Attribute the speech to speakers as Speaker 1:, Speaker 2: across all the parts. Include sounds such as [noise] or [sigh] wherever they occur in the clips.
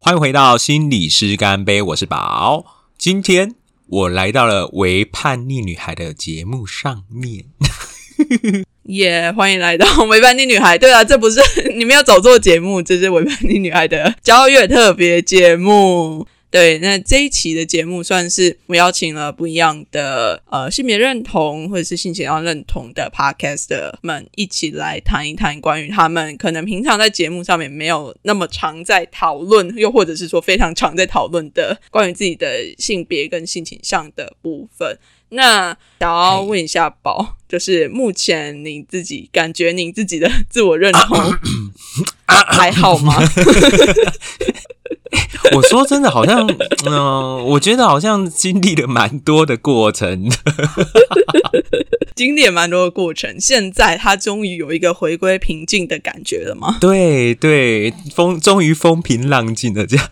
Speaker 1: 欢迎回到心理师干杯，我是宝。今天我来到了为叛逆女孩的节目上面，
Speaker 2: 也、欢迎来到《维班尼女孩》。对啊，这不是 [laughs] 你没有走错节目，这是《维班尼女孩》的交月特别节目。对，那这一期的节目算是我邀请了不一样的呃性别认同或者是性倾向认同的 podcaster 们一起来谈一谈关于他们可能平常在节目上面没有那么常在讨论，又或者是说非常常在讨论的关于自己的性别跟性倾向的部分。那想要问一下宝，就是目前你自己感觉你自己的自我认同还好吗？
Speaker 1: [laughs] 我说真的，好像嗯、我觉得好像经历了蛮多的过 [laughs] 程的。
Speaker 2: 经历了蛮多的过程，现在他终于有一个回归平静的感觉了吗？
Speaker 1: 对对，风终于风平浪静的这样。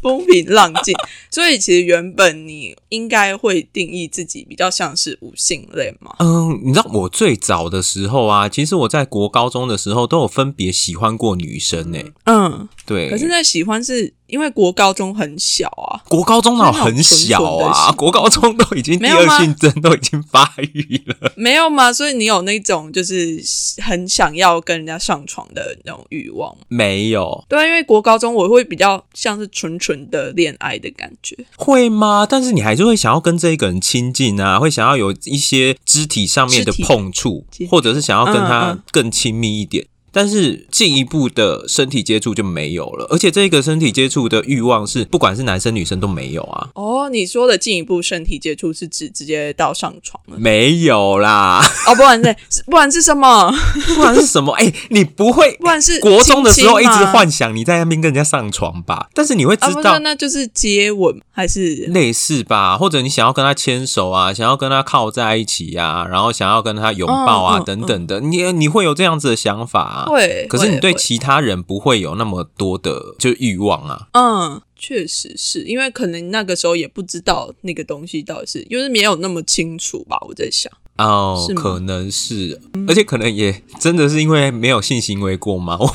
Speaker 2: 风平浪静，所以其实原本你应该会定义自己比较像是无性恋嘛？
Speaker 1: 嗯，你知道我最早的时候啊，其实我在国高中的时候都有分别喜欢过女生呢、
Speaker 2: 嗯，
Speaker 1: 对，
Speaker 2: 可是那喜欢是因为国高中很小啊，
Speaker 1: 国高中脑很小
Speaker 2: 真的好纯纯的
Speaker 1: 啊，
Speaker 2: 心
Speaker 1: 国高中都已经第
Speaker 2: 没有
Speaker 1: 二
Speaker 2: 吗
Speaker 1: 性征都已经发育了。
Speaker 2: 没有吗？所以你有那种就是很想要跟人家上床的那种欲望吗？
Speaker 1: 没有
Speaker 2: 对啊，因为国高中我会比较像是纯纯的恋爱的感觉。
Speaker 1: 会吗？但是你还是会想要跟这一个人亲近啊，会想要有一些肢体上面的
Speaker 2: 肢体
Speaker 1: 碰触
Speaker 2: 肢体，
Speaker 1: 或者是想要跟
Speaker 2: 嗯
Speaker 1: 他
Speaker 2: 嗯
Speaker 1: 更亲密一点。但是进一步的身体接触就没有了，而且这个身体接触的欲望是不管是男生女生都没有啊，
Speaker 2: 哦，你说的进一步身体接触是指直接到上床了？
Speaker 1: 没有啦， [laughs]
Speaker 2: 哦，不然是不然是什么？
Speaker 1: 不管是什么，哎、你不会
Speaker 2: 不然是
Speaker 1: 国中的时候一
Speaker 2: 亲亲
Speaker 1: 直
Speaker 2: 吗
Speaker 1: 幻想你在那边跟人家上床吧？但是你会
Speaker 2: 啊，
Speaker 1: 知
Speaker 2: 不
Speaker 1: 道
Speaker 2: 是，那就是接吻还是
Speaker 1: 类似吧，或者你想要跟他牵手
Speaker 2: 嗯
Speaker 1: 啊，想要跟他靠在一起啊，然后想要跟他拥抱啊，
Speaker 2: 嗯嗯
Speaker 1: 等等的，你你会有这样子的想法、啊。
Speaker 2: 会？
Speaker 1: 可是你
Speaker 2: 会
Speaker 1: 对
Speaker 2: 会
Speaker 1: 其他人不会有那么多的就欲望啊，
Speaker 2: 嗯，确实是因为可能那个时候也不知道那个东西到底是，就是没有那么清楚吧。我在想，
Speaker 1: 哦
Speaker 2: 是，吗嗯
Speaker 1: 可能是，而且可能也真的是因为没有性行为过嘛，
Speaker 2: [laughs]
Speaker 1: 我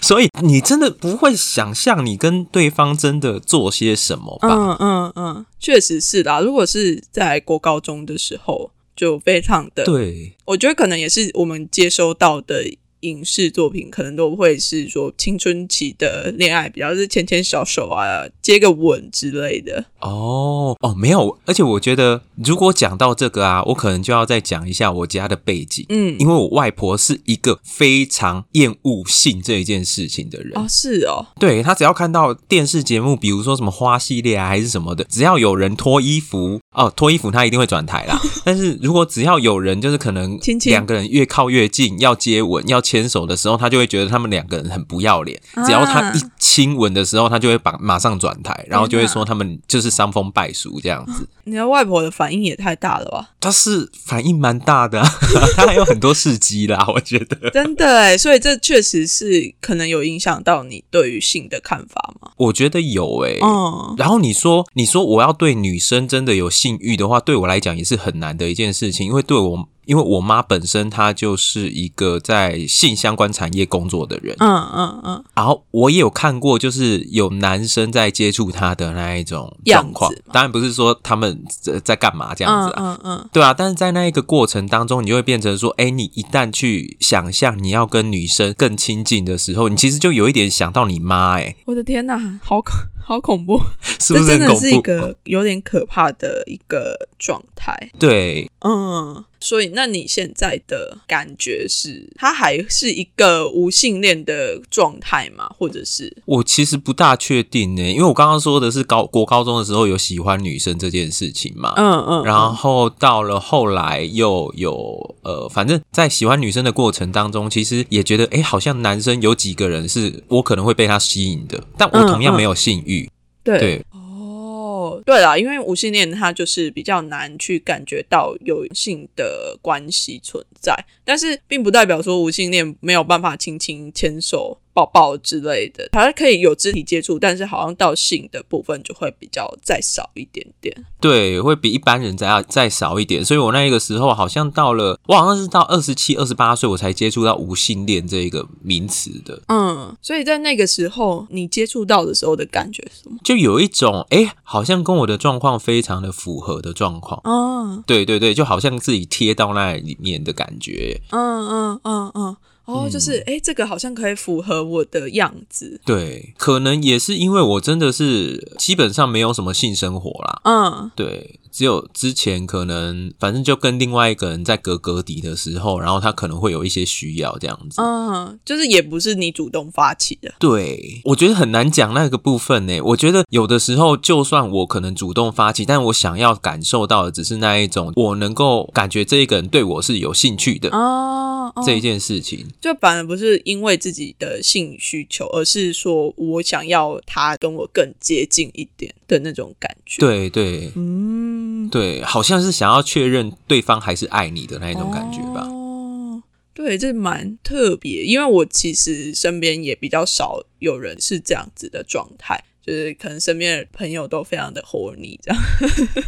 Speaker 1: 所以你真的不会想象你跟对方真的做些什么吧？
Speaker 2: 嗯嗯嗯，确实是啦。如果是在国高中的时候，就非常的，
Speaker 1: 对，
Speaker 2: 我觉得可能也是我们接收到的。影视作品可能都会是说青春期的恋爱，比较是牵牵小手啊，接个吻之类的。
Speaker 1: 哦哦，没有，而且我觉得如果讲到这个啊，我可能就要再讲一下我家的背景，
Speaker 2: 嗯
Speaker 1: 因为我外婆是一个非常厌恶性这一件事情的人，
Speaker 2: 哦，是哦，
Speaker 1: 对她只要看到电视节目，比如说什么花系列啊还是什么的，只要有人脱衣服，哦，脱衣服她一定会转台
Speaker 2: [laughs]
Speaker 1: 啦。但是如果只要有人就是可能
Speaker 2: 亲亲
Speaker 1: 两个人越靠越近，要接吻要牵手的时候，她就会觉得他们两个人很不要脸，只要她
Speaker 2: 啊
Speaker 1: 一亲吻的时候，她就会把马上转台，然后就会
Speaker 2: 天哪
Speaker 1: 说他们就是伤风败俗这样子。
Speaker 2: 你的外婆的反应也太大了吧？
Speaker 1: 他是反应蛮大的、啊， [laughs] 他还有很多事迹啦，我觉得。
Speaker 2: 真的哎，所以这确实是可能有影响到你对于性的看法嘛？
Speaker 1: 我觉得有诶、
Speaker 2: 嗯，
Speaker 1: 然后你说，你说我要对女生真的有性欲的话，对我来讲也是很难的一件事情，因为对我，因为我妈本身她就是一个在性相关产业工作的人，
Speaker 2: 嗯嗯嗯，
Speaker 1: 然后我也有看过，就是有男生在接触她的那一种状况
Speaker 2: 样子，
Speaker 1: 当然不是说他们在在干嘛这
Speaker 2: 这
Speaker 1: 样子啊，
Speaker 2: 嗯嗯
Speaker 1: 对啊，但是在那一个过程当中，你就会变成说，哎，你一旦去想象你要跟女生更亲近的时候，你其实就有一点想到你妈、诶
Speaker 2: 嗯，我的天哪，好恐，好恐怖！
Speaker 1: 哎，啊 [laughs] 是不是
Speaker 2: 这
Speaker 1: 很恐
Speaker 2: 真的
Speaker 1: 怖？
Speaker 2: 是一个有点可怕的一个状态。
Speaker 1: 对，
Speaker 2: 嗯，所以那你现在的感觉是，他还是一个无性恋的状态吗？或者是
Speaker 1: 我其实不大确定呢、因为我刚刚说的是高国高中的时候有喜欢女生这件事情嘛，
Speaker 2: 嗯嗯
Speaker 1: 然后到了后来又有呃，反正在喜欢女生的过程当中，其实也觉得哎，好像男生有几个人是我可能会被他吸引的，但我
Speaker 2: 嗯
Speaker 1: 同样
Speaker 2: 嗯
Speaker 1: 没有性欲，
Speaker 2: 对
Speaker 1: 对，
Speaker 2: 哦，对啦，因为无性恋它就是比较难去感觉到有性的关系存在，但是并不代表说无性恋没有办法亲亲牵手抱抱之类的，还可以有肢体接触，但是好像到性的部分就会比较再少一点点。
Speaker 1: 对，会比一般人再要再少一点。所以我那个时候好像到了，我好像是到二十七、二十八岁我才接触到无性恋这个名词的，
Speaker 2: 嗯，所以在那个时候你接触到的时候的感觉是什么？
Speaker 1: 就有一种哎、诶好像跟我的状况非常的符合的状况。
Speaker 2: 嗯
Speaker 1: 对对对，就好像自己贴到那里面的感觉。
Speaker 2: 嗯嗯嗯嗯，哦，就是哎、诶这个好像可以符合我的样子。
Speaker 1: 对，可能也是因为我真的是基本上没有什么性生活啦。
Speaker 2: 嗯
Speaker 1: 对，只有之前可能反正就跟另外一个人在隔隔底的时候，然后他可能会有一些需要这样子。
Speaker 2: 嗯，就是也不是你主动发起的。
Speaker 1: 对，我觉得很难讲那个部分呢。我觉得有的时候，就算我可能主动发起，但我想要感受到的只是那一种，我能够感觉这一个人对我是有兴趣的、
Speaker 2: 哦，哦
Speaker 1: 这一件事情。
Speaker 2: 就反而不是因为自己的性需求，而是说我想要他跟我更接近一点的那种感觉。，
Speaker 1: 对对
Speaker 2: 嗯，
Speaker 1: 对，好像是想要确认对方还是爱你的那一种感觉吧。
Speaker 2: 哦，对，这蛮特别，因为我其实身边也比较少有人是这样子的状态。就是可能身边的朋友都非常的 horny 这样，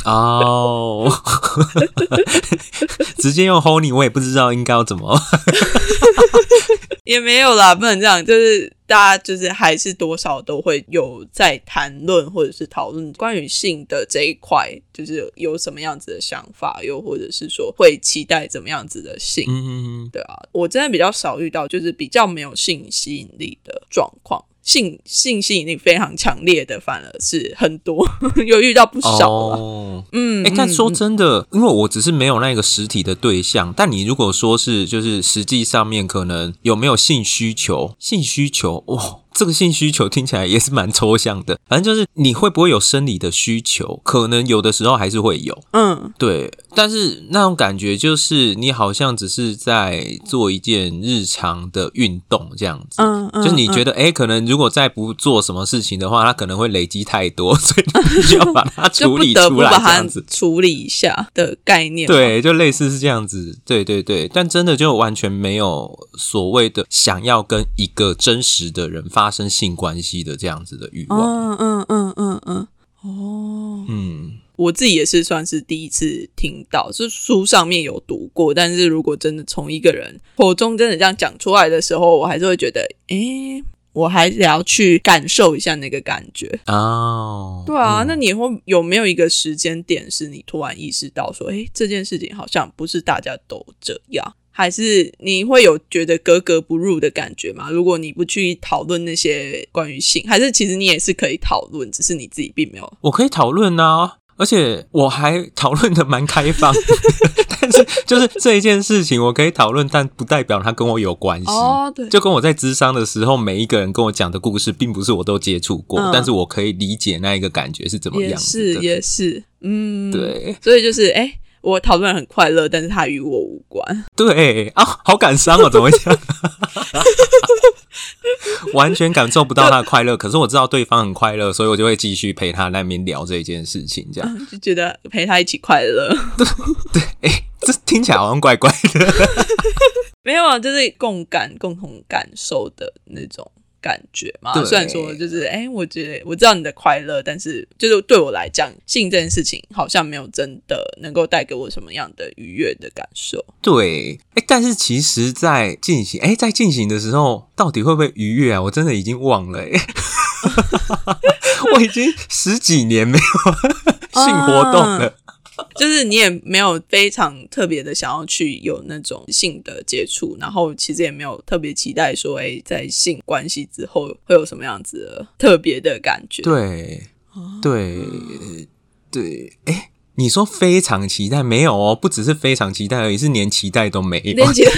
Speaker 1: 哦 [laughs] 直接用 honey，我也不知道应该要怎么。
Speaker 2: 也没有啦，不能这样，就是大家就是还是多少都会有在谈论或者是讨论关于性的这一块，就是有什么样子的想法，又或者是说会期待怎么样子的性。
Speaker 1: 嗯，
Speaker 2: 对啊，我真的比较少遇到，就是比较没有性吸引力的状况。性性吸引力非常强烈的，反而是很多， [laughs] 有遇到不少了。
Speaker 1: 哦。
Speaker 2: 嗯，
Speaker 1: 哎、但
Speaker 2: 嗯
Speaker 1: 说真的，因为我只是没有那个实体的对象，但你如果说是就是实际上面可能有没有性需求，性需求哦，这个性需求听起来也是蛮抽象的。反正就是你会不会有生理的需求，可能有的时候还是会有，
Speaker 2: 嗯
Speaker 1: 对。但是那种感觉就是你好像只是在做一件日常的运动这样子。
Speaker 2: 嗯嗯，
Speaker 1: 就是你觉
Speaker 2: 得
Speaker 1: 得，哎、可能如果再不做什么事情的话，它可能会累积太多， [laughs] 所以你必须要把它
Speaker 2: 就
Speaker 1: 处
Speaker 2: 不
Speaker 1: 理
Speaker 2: 得不
Speaker 1: 出来，
Speaker 2: 把
Speaker 1: 这
Speaker 2: 它
Speaker 1: 样子。
Speaker 2: 处理一下的概念。，
Speaker 1: 对，就类似是这样子，对对对，但真的就完全没有所谓的想要跟一个真实的人发生性关系的这样子的欲望。
Speaker 2: 嗯嗯嗯嗯嗯，哦，
Speaker 1: 嗯，
Speaker 2: 我自己也是算是第一次听到，是书上面有读过，但是如果真的从一个人口中真的这样讲出来的时候，我还是会觉得，诶，我还得要去感受一下那个感觉。
Speaker 1: 哦，
Speaker 2: 对啊，
Speaker 1: 嗯
Speaker 2: 那你会有没有一个时间点是你突然意识到说，诶，这件事情好像不是大家都这样？还是你会有觉得格格不入的感觉吗？如果你不去讨论那些关于性，还是其实你也是可以讨论，只是你自己并没有
Speaker 1: 我可以讨论啊，而且我还讨论的蛮开
Speaker 2: [laughs]
Speaker 1: 放，但是就是这一件事情我可以讨论，但不代表它跟我有关系。
Speaker 2: 哦，对，
Speaker 1: 就跟我在咨商的时候，每一个人跟我讲的故事，并不是我都接触过，
Speaker 2: 嗯
Speaker 1: 但是我可以理解那一个感觉是怎么
Speaker 2: 也
Speaker 1: 样
Speaker 2: 是
Speaker 1: 子的。
Speaker 2: 也是，嗯，。
Speaker 1: 对
Speaker 2: 所以就是，哎、我讨论很快乐，但是它与我无关。 [laughs]
Speaker 1: 对啊，好感伤哦，怎么会这样？ [laughs] 完全感受不到他的快乐，可是我知道对方很快乐，所以我就会继续陪他那边聊这一件事情。这样，
Speaker 2: 就觉得陪他一起快乐，
Speaker 1: 哎、这听起来好像怪怪的。
Speaker 2: 没有啊，就是共感、共同感受的那种感觉嘛。
Speaker 1: 对
Speaker 2: 虽然说就是，哎、我觉得我知道你的快乐，但是就是对我来讲，性这件事情好像没有真的能够带给我什么样的愉悦的感受。
Speaker 1: 对，哎，但是其实，在进行，哎，在进行的时候，到底会不会愉悦啊？我真的已经忘了，哎，我已经十几年没有性活动了。
Speaker 2: 就是你也没有非常特别的想要去有那种性的接触，然后其实也没有特别期待说，哎、在性关系之后会有什么样子的特别的感觉。
Speaker 1: 对，对，对，哎，你说非常期待没有哦？不只是非常期待而已，是连期待都没有
Speaker 2: 连。期待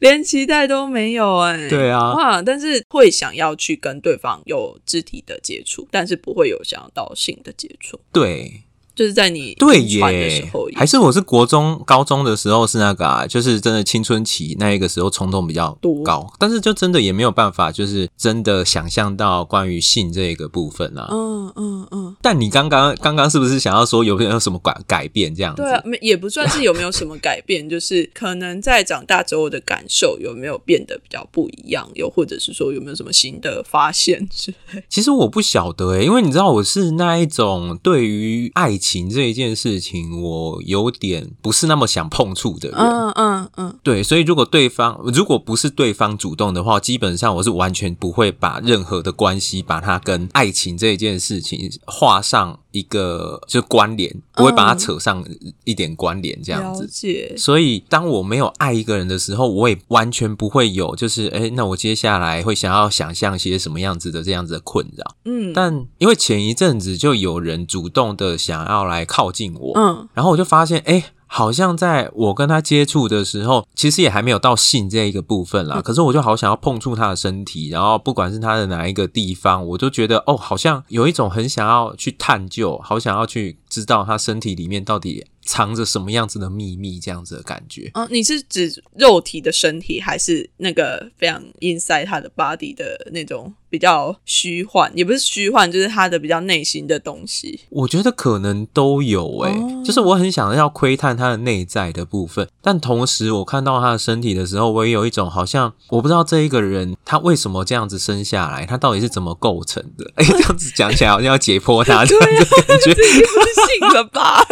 Speaker 2: 连期待都没有哎、
Speaker 1: 对啊
Speaker 2: 哇！但是会想要去跟对方有肢体的接触，但是不会有想要到性的接触，
Speaker 1: 对，
Speaker 2: 就是在你
Speaker 1: 对
Speaker 2: 晕船的时
Speaker 1: 耶
Speaker 2: 候也，
Speaker 1: 还是我是国中、高中的时候是那个啊，就是真的青春期那一个时候冲动比较
Speaker 2: 多
Speaker 1: 高，但是就真的也没有办法，就是真的想象到关于性这个部分啊。
Speaker 2: 嗯嗯嗯啊，
Speaker 1: 但你刚刚刚刚是不是想要说有没有什么改改变这样子？
Speaker 2: 对啊，没也不算是有没有什么改变，就是可能在长大之后的感受有没有变得比较不一样，又或者是说有没有什么新的发现是？
Speaker 1: 其实我不晓得诶、因为你知道我是那一种对于爱情这一件事情，我有点不是那么想碰触的人。
Speaker 2: 嗯嗯嗯，
Speaker 1: 对，所以如果对方如果不是对方主动的话，基本上我是完全不会把任何的关系把它跟爱情这一件事情画上一个就是关联，不会把它扯上一点关联这样
Speaker 2: 嗯了
Speaker 1: 子。
Speaker 2: 解。
Speaker 1: 所以，当我没有爱一个人的时候，我也完全不会有，就是哎，诶那我接下来会想要想象一些什么样子的这样子的困扰。
Speaker 2: 嗯
Speaker 1: 但因为前一阵子就有人主动的想要来靠近我，
Speaker 2: 嗯
Speaker 1: 然后我就发现，哎、好像在我跟他接触的时候，其实也还没有到性这一个部分啦。可是我就好想要碰触他的身体，然后不管是他的哪一个地方，我就觉得哦，好像有一种很想要去探究，好想要去知道他身体里面到底藏着什么样子的秘密，这样子的感觉。
Speaker 2: 嗯，你是指肉体的身体，还是那个非常 inside 他的 body 的那种比较虚幻？也不是虚幻，就是他的比较内心的东西。 [laughs]
Speaker 1: 我觉得可能都有诶、
Speaker 2: 哦
Speaker 1: 就是我很想要窥探他的内在的部分，但同时我看到他的身体的时候，我也有一种好像我不知道这一个人他为什么这样子生下来，他到底是怎么构成的？ [laughs] 哎、这样子讲起来好像要解剖他这样子的感觉，
Speaker 2: 你不信了吧？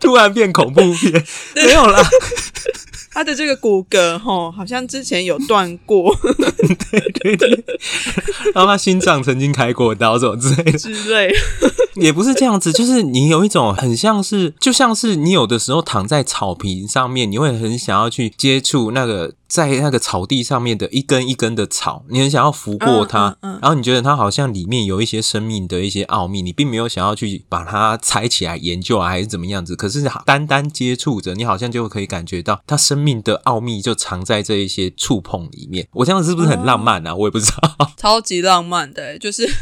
Speaker 1: 突然变恐怖片， [laughs] 没有啦，
Speaker 2: 他的这个骨骼，吼，好像之前有断过
Speaker 1: 然后他心脏曾经开过刀，什么之类的。
Speaker 2: 之类。
Speaker 1: 也不是这样子，就是你有一种很像是，就像是你有的时候躺在草坪上面，你会很想要去接触那个在那个草地上面的一根一根的草，你很想要拂过它，
Speaker 2: 嗯嗯嗯
Speaker 1: 然后你觉得它好像里面有一些生命的一些奥秘，你并没有想要去把它采起来研究啊，还是怎么样子，可是单单接触着，你好像就可以感觉到它生命的奥秘就藏在这一些触碰里面。我这样是不是
Speaker 2: 哦
Speaker 1: 很浪漫啊？我也不知道。 [laughs]
Speaker 2: 超级浪漫的欸、就是 [laughs]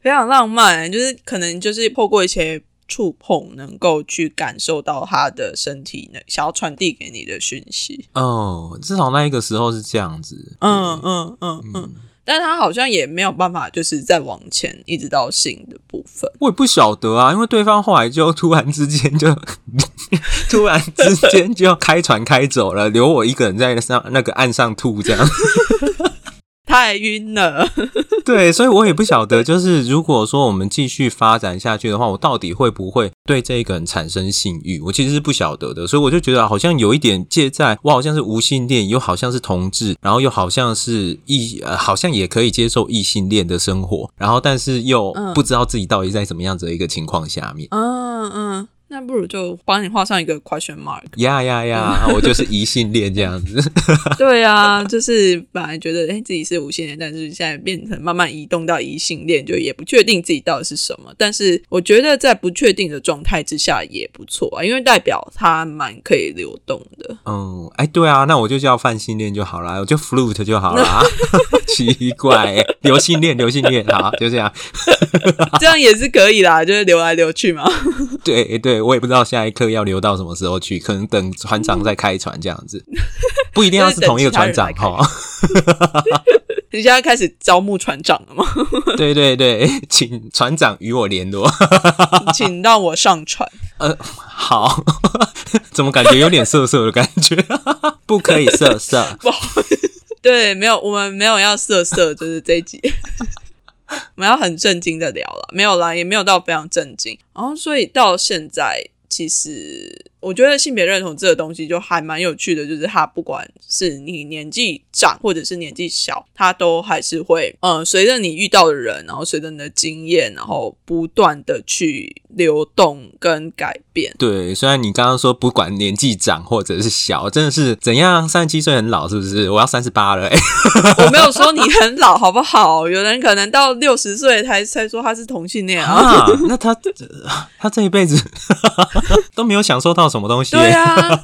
Speaker 2: 非常浪漫欸、就是可能就是透过一些触碰，能够去感受到他的身体呢想要传递给你的讯息。
Speaker 1: 哦，至少那一个时候是这样子。
Speaker 2: 嗯嗯嗯嗯，但是他好像也没有办法，就是再往前一直到性的部分。
Speaker 1: 我也不晓得啊，因为对方后来就突然之间就 [laughs] 突然之间就开船开走了，留我一个人在上那个岸上吐这样。 [laughs]
Speaker 2: 太晕了，
Speaker 1: 对，所以我也不晓得，就是如果说我们继续发展下去的话，我到底会不会对这一个人产生性欲？我其实是不晓得的，所以我就觉得好像有一点介在，我好像是无性恋，又好像是同志，然后又好像是异，呃，好像也可以接受异性恋的生活，然后但是又
Speaker 2: 嗯
Speaker 1: 不知道自己到底在什么样子的一个情况下面。
Speaker 2: 嗯嗯，那不如就帮你画上一个 question mark。
Speaker 1: 呀呀呀！我就是异性恋这样子。
Speaker 2: [laughs] 对啊， [laughs] 就是本来觉得哎、诶自己是无性恋，但是现在变成慢慢移动到异性恋，就也不确定自己到底是什么。但是我觉得在不确定的状态之下也不错啊，因为代表它蛮可以流动 [laughs] 的。
Speaker 1: 嗯，哎，对啊，那我就叫泛性恋就好啦，我就 flute 就好
Speaker 2: [laughs]
Speaker 1: 啦。奇怪、欸，流性恋，流性恋，好，就这样。
Speaker 2: 这样也是可以啦，就是流来流去嘛。 [laughs]
Speaker 1: 对对，我也不知道下一刻要留到什么时候去，可能等船长再开船这样子，不一定要是同一个船长
Speaker 2: 就是等其他人来
Speaker 1: 哈。
Speaker 2: 你现在开始招募船长了吗？
Speaker 1: 对对对，请船长与我联络。
Speaker 2: 请让我上船。
Speaker 1: 好， [laughs] 怎么感觉有点涩涩的感觉？ [laughs] 不可以涩涩。
Speaker 2: 对，没有，我们没有要色色，就是这一集， [laughs] 我们要很正经的聊了，没有啦，也没有到非常正经。然后，所以到现在，其实我觉得性别认同这个东西就还蛮有趣的，就是它不管是你年纪长或者是年纪小，它都还是会，嗯，随着你遇到的人，然后随着你的经验，然后不断的去流动跟改变。
Speaker 1: 对，虽然你刚刚说不管年纪长或者是小，真的是怎样，三十七岁很老是不是？我要三十八了、欸，
Speaker 2: 我没有说你很老，好不好？有人可能到六十岁才才说他是同性恋 [laughs] 啊。
Speaker 1: 啊，那他他这一辈子 [laughs] 都没有享受到什么东西、欸，
Speaker 2: 对啊，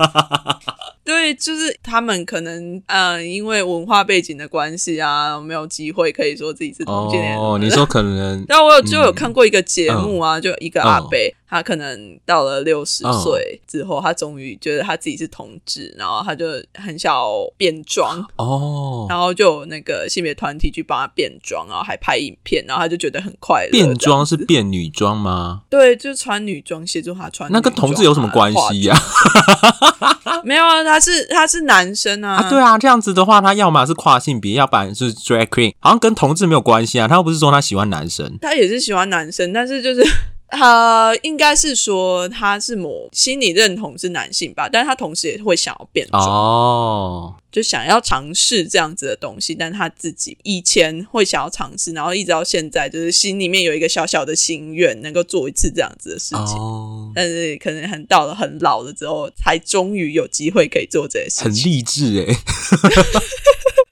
Speaker 1: [laughs]
Speaker 2: 对，就是他们可能呃，因为文化背景的关系啊，没有机会可以说自己是同性恋。 [laughs]
Speaker 1: 哦，你说可能
Speaker 2: 但我有就有看过一个节目啊，就一个阿
Speaker 1: 嗯
Speaker 2: 伯，他可能到了六十
Speaker 1: 嗯
Speaker 2: 岁之后，他终于觉得他自己是同志，然后他就很想要变装，
Speaker 1: 哦，
Speaker 2: 然后就有那个性别团体去帮他变装，然后还拍影片，然后他就觉得很快乐。
Speaker 1: 变
Speaker 2: 这样
Speaker 1: 装是变女装吗？
Speaker 2: 对，就是穿女装协助他穿女装啊。
Speaker 1: 那跟同志有什么关系呀、
Speaker 2: 化？没有啊，他是他是男生啊。
Speaker 1: 啊？对啊，这样子的话，他要么是跨性别，要不然就是 drag queen，好像跟同志没有关系啊。他又不是说他喜欢男生
Speaker 2: 他也是喜欢男生，但是就是呃，应该是说他是某心理认同是男性吧，但是他同时也会想要变装，
Speaker 1: 哦。
Speaker 2: 就想要尝试这样子的东西，但他自己以前会想要尝试，然后一直到现在，就是心里面有一个小小的心愿，能够做一次这样子的事情。
Speaker 1: 哦，
Speaker 2: 但是可能很到了很老了之后，才终于有机会可以做这些事
Speaker 1: 很
Speaker 2: 情。
Speaker 1: 励志诶、
Speaker 2: [laughs]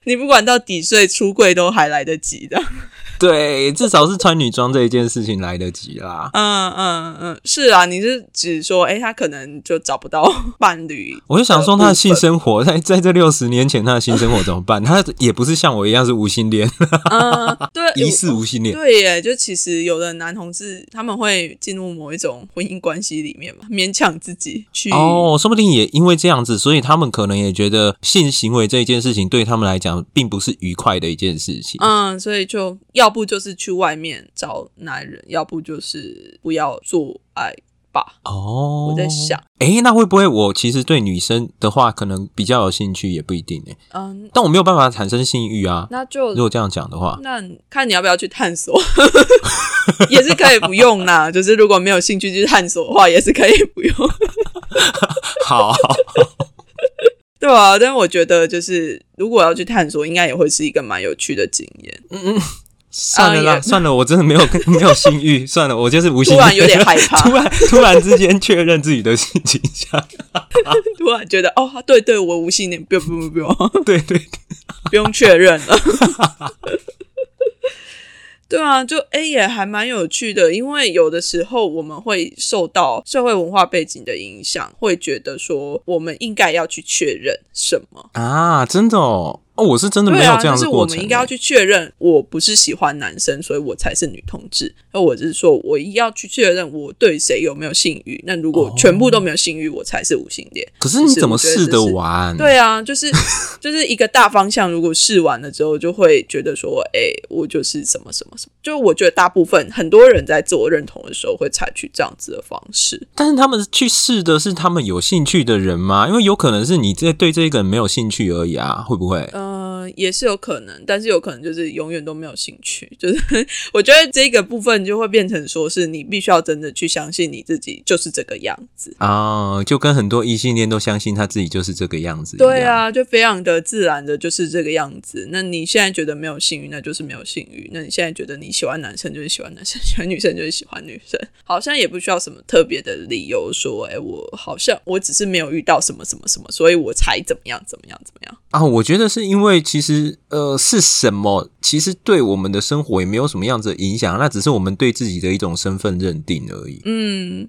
Speaker 2: 你不管到几岁出柜都还来得及的。 [laughs]
Speaker 1: [laughs] 对，至少是穿女装这一件事情来得及啦。
Speaker 2: 嗯嗯嗯，是啊，你是指说，哎、他可能就找不到伴侣，
Speaker 1: 我就想
Speaker 2: 呃
Speaker 1: 说，他的性生活在在这六十年前，他的性生活怎么办？他也不是像我一样是无性恋，
Speaker 2: 嗯， [laughs] 对，
Speaker 1: [laughs] 疑似无性恋。
Speaker 2: 对耶，就其实有的男同志他们会进入某一种婚姻关系里面嘛，勉强自己去，
Speaker 1: 哦，说不定也因为这样子，所以他们可能也觉得性行为这一件事情对他们来讲并不是愉快的一件事情。
Speaker 2: 嗯，所以就要不就是去外面找男人，要不就是不要做爱吧。
Speaker 1: 哦，
Speaker 2: 我在想，
Speaker 1: 诶，那会不会我其实对女生的话，可能比较有兴趣，也不一定诶、
Speaker 2: 嗯，
Speaker 1: 但我没有办法产生性欲啊。
Speaker 2: 那
Speaker 1: 如
Speaker 2: 就
Speaker 1: 果这样讲的
Speaker 2: [laughs]
Speaker 1: 话，
Speaker 2: 那看你要不要去探索， [laughs] 也是可以不用啦。就是如果没有兴趣去探索的话，也是可以不用。 [laughs]
Speaker 1: 好，
Speaker 2: 对啊，但我觉得就是如果要去探索，应该也会是一个蛮有趣的经
Speaker 1: [laughs]
Speaker 2: 验。
Speaker 1: 算了
Speaker 2: 啊
Speaker 1: 啦，
Speaker 2: 也
Speaker 1: 算了，我真的没有 [laughs] 没有性欲，算了，我就是无性
Speaker 2: 突
Speaker 1: 恋。
Speaker 2: 然
Speaker 1: [laughs]
Speaker 2: 有点啊害怕
Speaker 1: 突然突然之间确认自己的性倾向，
Speaker 2: 突然觉得哦，对对，我无性恋，不用不用不用， [laughs]
Speaker 1: 对对对
Speaker 2: 不用确认了。 [laughs] 对啊，就哎、也还蛮有趣的，因为有的时候我们会受到社会文化背景的影响，会觉得说我们应该要去确认什么。
Speaker 1: 啊，真的哦，哦，我是真的
Speaker 2: 对
Speaker 1: 没有
Speaker 2: 啊，
Speaker 1: 这样
Speaker 2: 但是
Speaker 1: 的
Speaker 2: 我
Speaker 1: 过
Speaker 2: 们
Speaker 1: 程欸。
Speaker 2: 应该要去确认，我不是喜欢男生，所以我才是女同志。那我只是说，我要去确认我对谁有没有性欲。那如
Speaker 1: 哦
Speaker 2: 果全部都没有性欲，我才是无性恋。
Speaker 1: 可是你怎么
Speaker 2: 就是我觉
Speaker 1: 试
Speaker 2: 得
Speaker 1: 得
Speaker 2: 这是
Speaker 1: 完？
Speaker 2: 对啊，就是 [laughs] 就是一个大方向，如果试完了之后，就会觉得说，哎、我就是什么什么什么。就我觉得大部分很多人在自我认同的时候，会采取这样子的方式。
Speaker 1: 但是他们去试的是他们有兴趣的人吗？因为有可能是你这对这一个人没有兴趣而已啊，会不会？
Speaker 2: 呃，也是有可能，但是有可能就是永远都没有兴趣。就是 [laughs] 我觉得这个部分就会变成说是你必须要真的去相信你自己就是这个样子。
Speaker 1: 啊、就跟很多异性恋都相信他自己就是这个样子一样。
Speaker 2: 对，啊，就非常的自然的，就是这个样子。那你现在觉得没有性欲，那就是没有性欲；那你现在觉得你喜欢男生，就是喜欢男生；喜欢女生，就是喜欢女生。 [laughs] 好像也不需要什么特别的理由说，哎，我好像我只是没有遇到什么什么什么，所以我才怎么样怎么样怎么样。
Speaker 1: 啊，我觉得是因为其实呃是什么，其实对我们的生活也没有什么样子的影响，那只是我们对自己的一种身份认定而已。
Speaker 2: 嗯，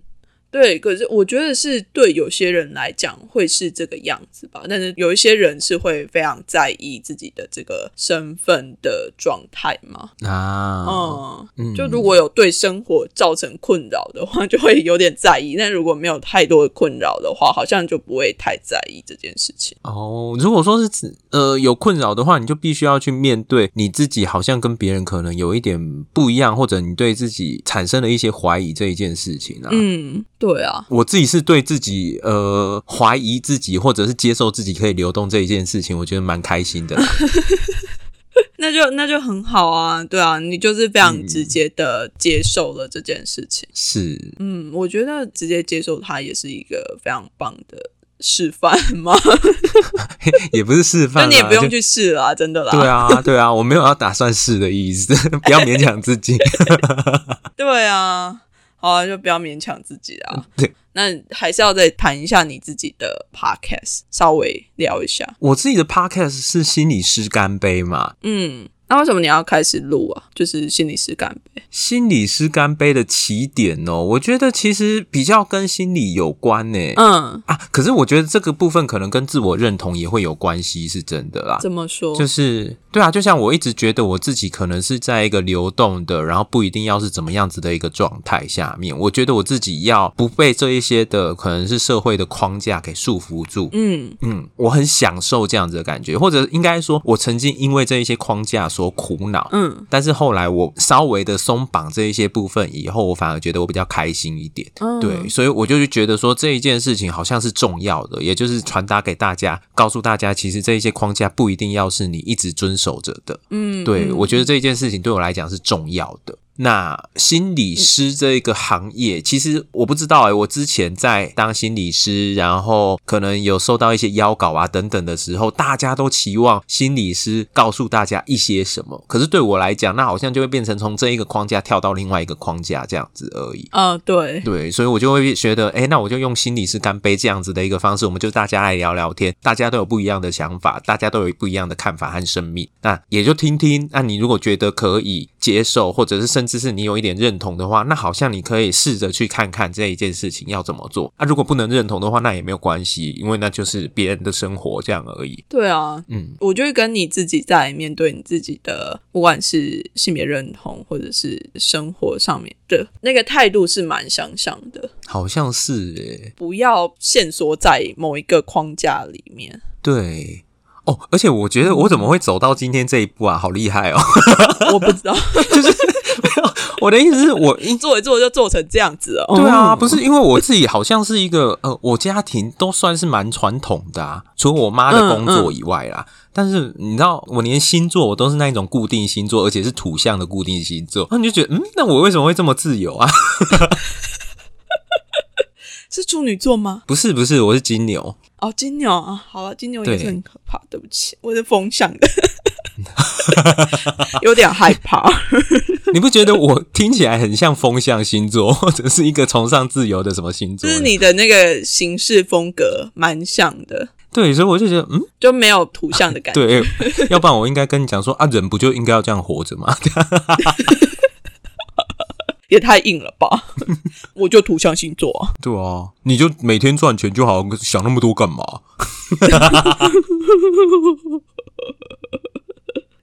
Speaker 2: 对。可是我觉得是对有些人来讲会是这个样子吧，但是有一些人是会非常在意自己的这个身份的状态嘛。
Speaker 1: 啊，
Speaker 2: 嗯。
Speaker 1: 嗯
Speaker 2: 就如果有对生活造成困扰的话，就会有点在意；但如果没有太多的困扰的话，好像就不会太在意这件事情。
Speaker 1: 哦，如果说是指呃有困扰的话，你就必须要去面对你自己，好像跟别人可能有一点不一样，或者你对自己产生了一些怀疑这一件事情啊。
Speaker 2: 嗯，对啊，
Speaker 1: 我自己是对自己呃怀疑自己，或者是接受自己可以流动这一件事情，我觉得蛮开心
Speaker 2: [laughs]
Speaker 1: 的啦。
Speaker 2: 那就那就很好啊，对啊，你就是非常直接的接受了这件事情。
Speaker 1: 是，
Speaker 2: 嗯，我觉得直接接受它也是一个非常棒的示范
Speaker 1: [laughs]
Speaker 2: 嘛，
Speaker 1: 也不是示
Speaker 2: 那
Speaker 1: 范啦，
Speaker 2: 你也不用
Speaker 1: 就。
Speaker 2: 去试啦，真的啦。
Speaker 1: 对啊，对啊，我没有要打算试的意思， [laughs] 不要勉强自
Speaker 2: [laughs]
Speaker 1: 己。
Speaker 2: 对啊，好啊，就不要勉强自己啊。
Speaker 1: 嗯对，
Speaker 2: 那还是要再谈一下你自己的 podcast，稍微聊一下。
Speaker 1: 我自己的 podcast 是心理师干杯嘛，
Speaker 2: 嗯，那为什么你要开始录啊？就是心理师干杯，
Speaker 1: 心理师干杯的起点哦，我觉得其实比较跟心理有关呢、
Speaker 2: 嗯，
Speaker 1: 啊，可是我觉得这个部分可能跟自我认同也会有关系，是真的啦。
Speaker 2: 怎么说？
Speaker 1: 就是对啊，就像我一直觉得我自己可能是在一个流动的，然后不一定要是怎么样子的一个状态下面，我觉得我自己要不被这一些的可能是社会的框架给束缚住。
Speaker 2: 嗯
Speaker 1: 嗯，我很享受这样子的感觉，或者应该说，我曾经因为这一些框架所苦恼。
Speaker 2: 嗯
Speaker 1: 但是后来我稍微的松绑这一些部分以后，我反而觉得我比较开心一点。
Speaker 2: 嗯，
Speaker 1: 对，所以我就觉得说这一件事情好像是重要的，也就是传达给大家，告诉大家，其实这一些框架不一定要是你一直遵守着的。
Speaker 2: 嗯，
Speaker 1: 对，
Speaker 2: 嗯
Speaker 1: 我觉得这一件事情对我来讲是重要的。那心理师这一个行业，其实我不知道哎、我之前在当心理师，然后可能有收到一些邀稿啊等等的时候，大家都期望心理师告诉大家一些什么，可是对我来讲，那好像就会变成从这一个框架跳到另外一个框架这样子而已。
Speaker 2: 啊、对，
Speaker 1: 对，所以我就会觉得，哎，那我就用心理师干杯这样子的一个方式，我们就大家来聊聊天，大家都有不一样的想法，大家都有不一样的看法和生命，那也就听听。那你如果觉得可以接受，或者是甚至是你有一点认同的话，那好像你可以试着去看看这一件事情要怎么做。啊，如果不能认同的话，那也没有关系，因为那就是别人的生活这样而已。
Speaker 2: 对啊，
Speaker 1: 嗯，
Speaker 2: 我觉得跟你自己在面对你自己的，不管是性别认同或者是生活上面的那个态度是蛮相像的，
Speaker 1: 好像是诶、
Speaker 2: 不要限缩在某一个框架里面。
Speaker 1: 对。哦，而且我觉得我怎么会走到今天这一步啊？好厉害哦！ [laughs]
Speaker 2: 我不知道 [laughs]
Speaker 1: 我的意思是我应
Speaker 2: 做一做就做成这样子了。
Speaker 1: 对啊，
Speaker 2: 哦
Speaker 1: 不是因为我自己好像是一个呃，我家庭都算是蛮传统的啊，除了我妈的工作以外
Speaker 2: 嗯
Speaker 1: 啦。但是你知道，我连星座我都是那一种固定星座，而且是土象的固定星座，那你就觉得，嗯，那我为什么会这么自由啊？ [laughs]
Speaker 2: 是处女座吗？
Speaker 1: 不是不是，我是金牛， [laughs]
Speaker 2: 哦，金牛啊，好了，金牛
Speaker 1: 对
Speaker 2: 也是很可怕。对不起，我是风向的， [laughs] 有点害怕。
Speaker 1: 你不觉得我听起来很像风象星座， [laughs] 或者是一个崇尚自由的什么星
Speaker 2: 就
Speaker 1: 座？
Speaker 2: 是你的那个行事风格蛮像的，
Speaker 1: 对，所以我就觉得，嗯，
Speaker 2: 就没有图像的感觉。
Speaker 1: 对，要不然我应该跟你讲说啊，人不就应该要这样活着吗？ [laughs]
Speaker 2: 也太硬了吧！ [laughs] 我就土象星座、啊，
Speaker 1: 对啊，你就每天赚钱就好，想那么多干嘛？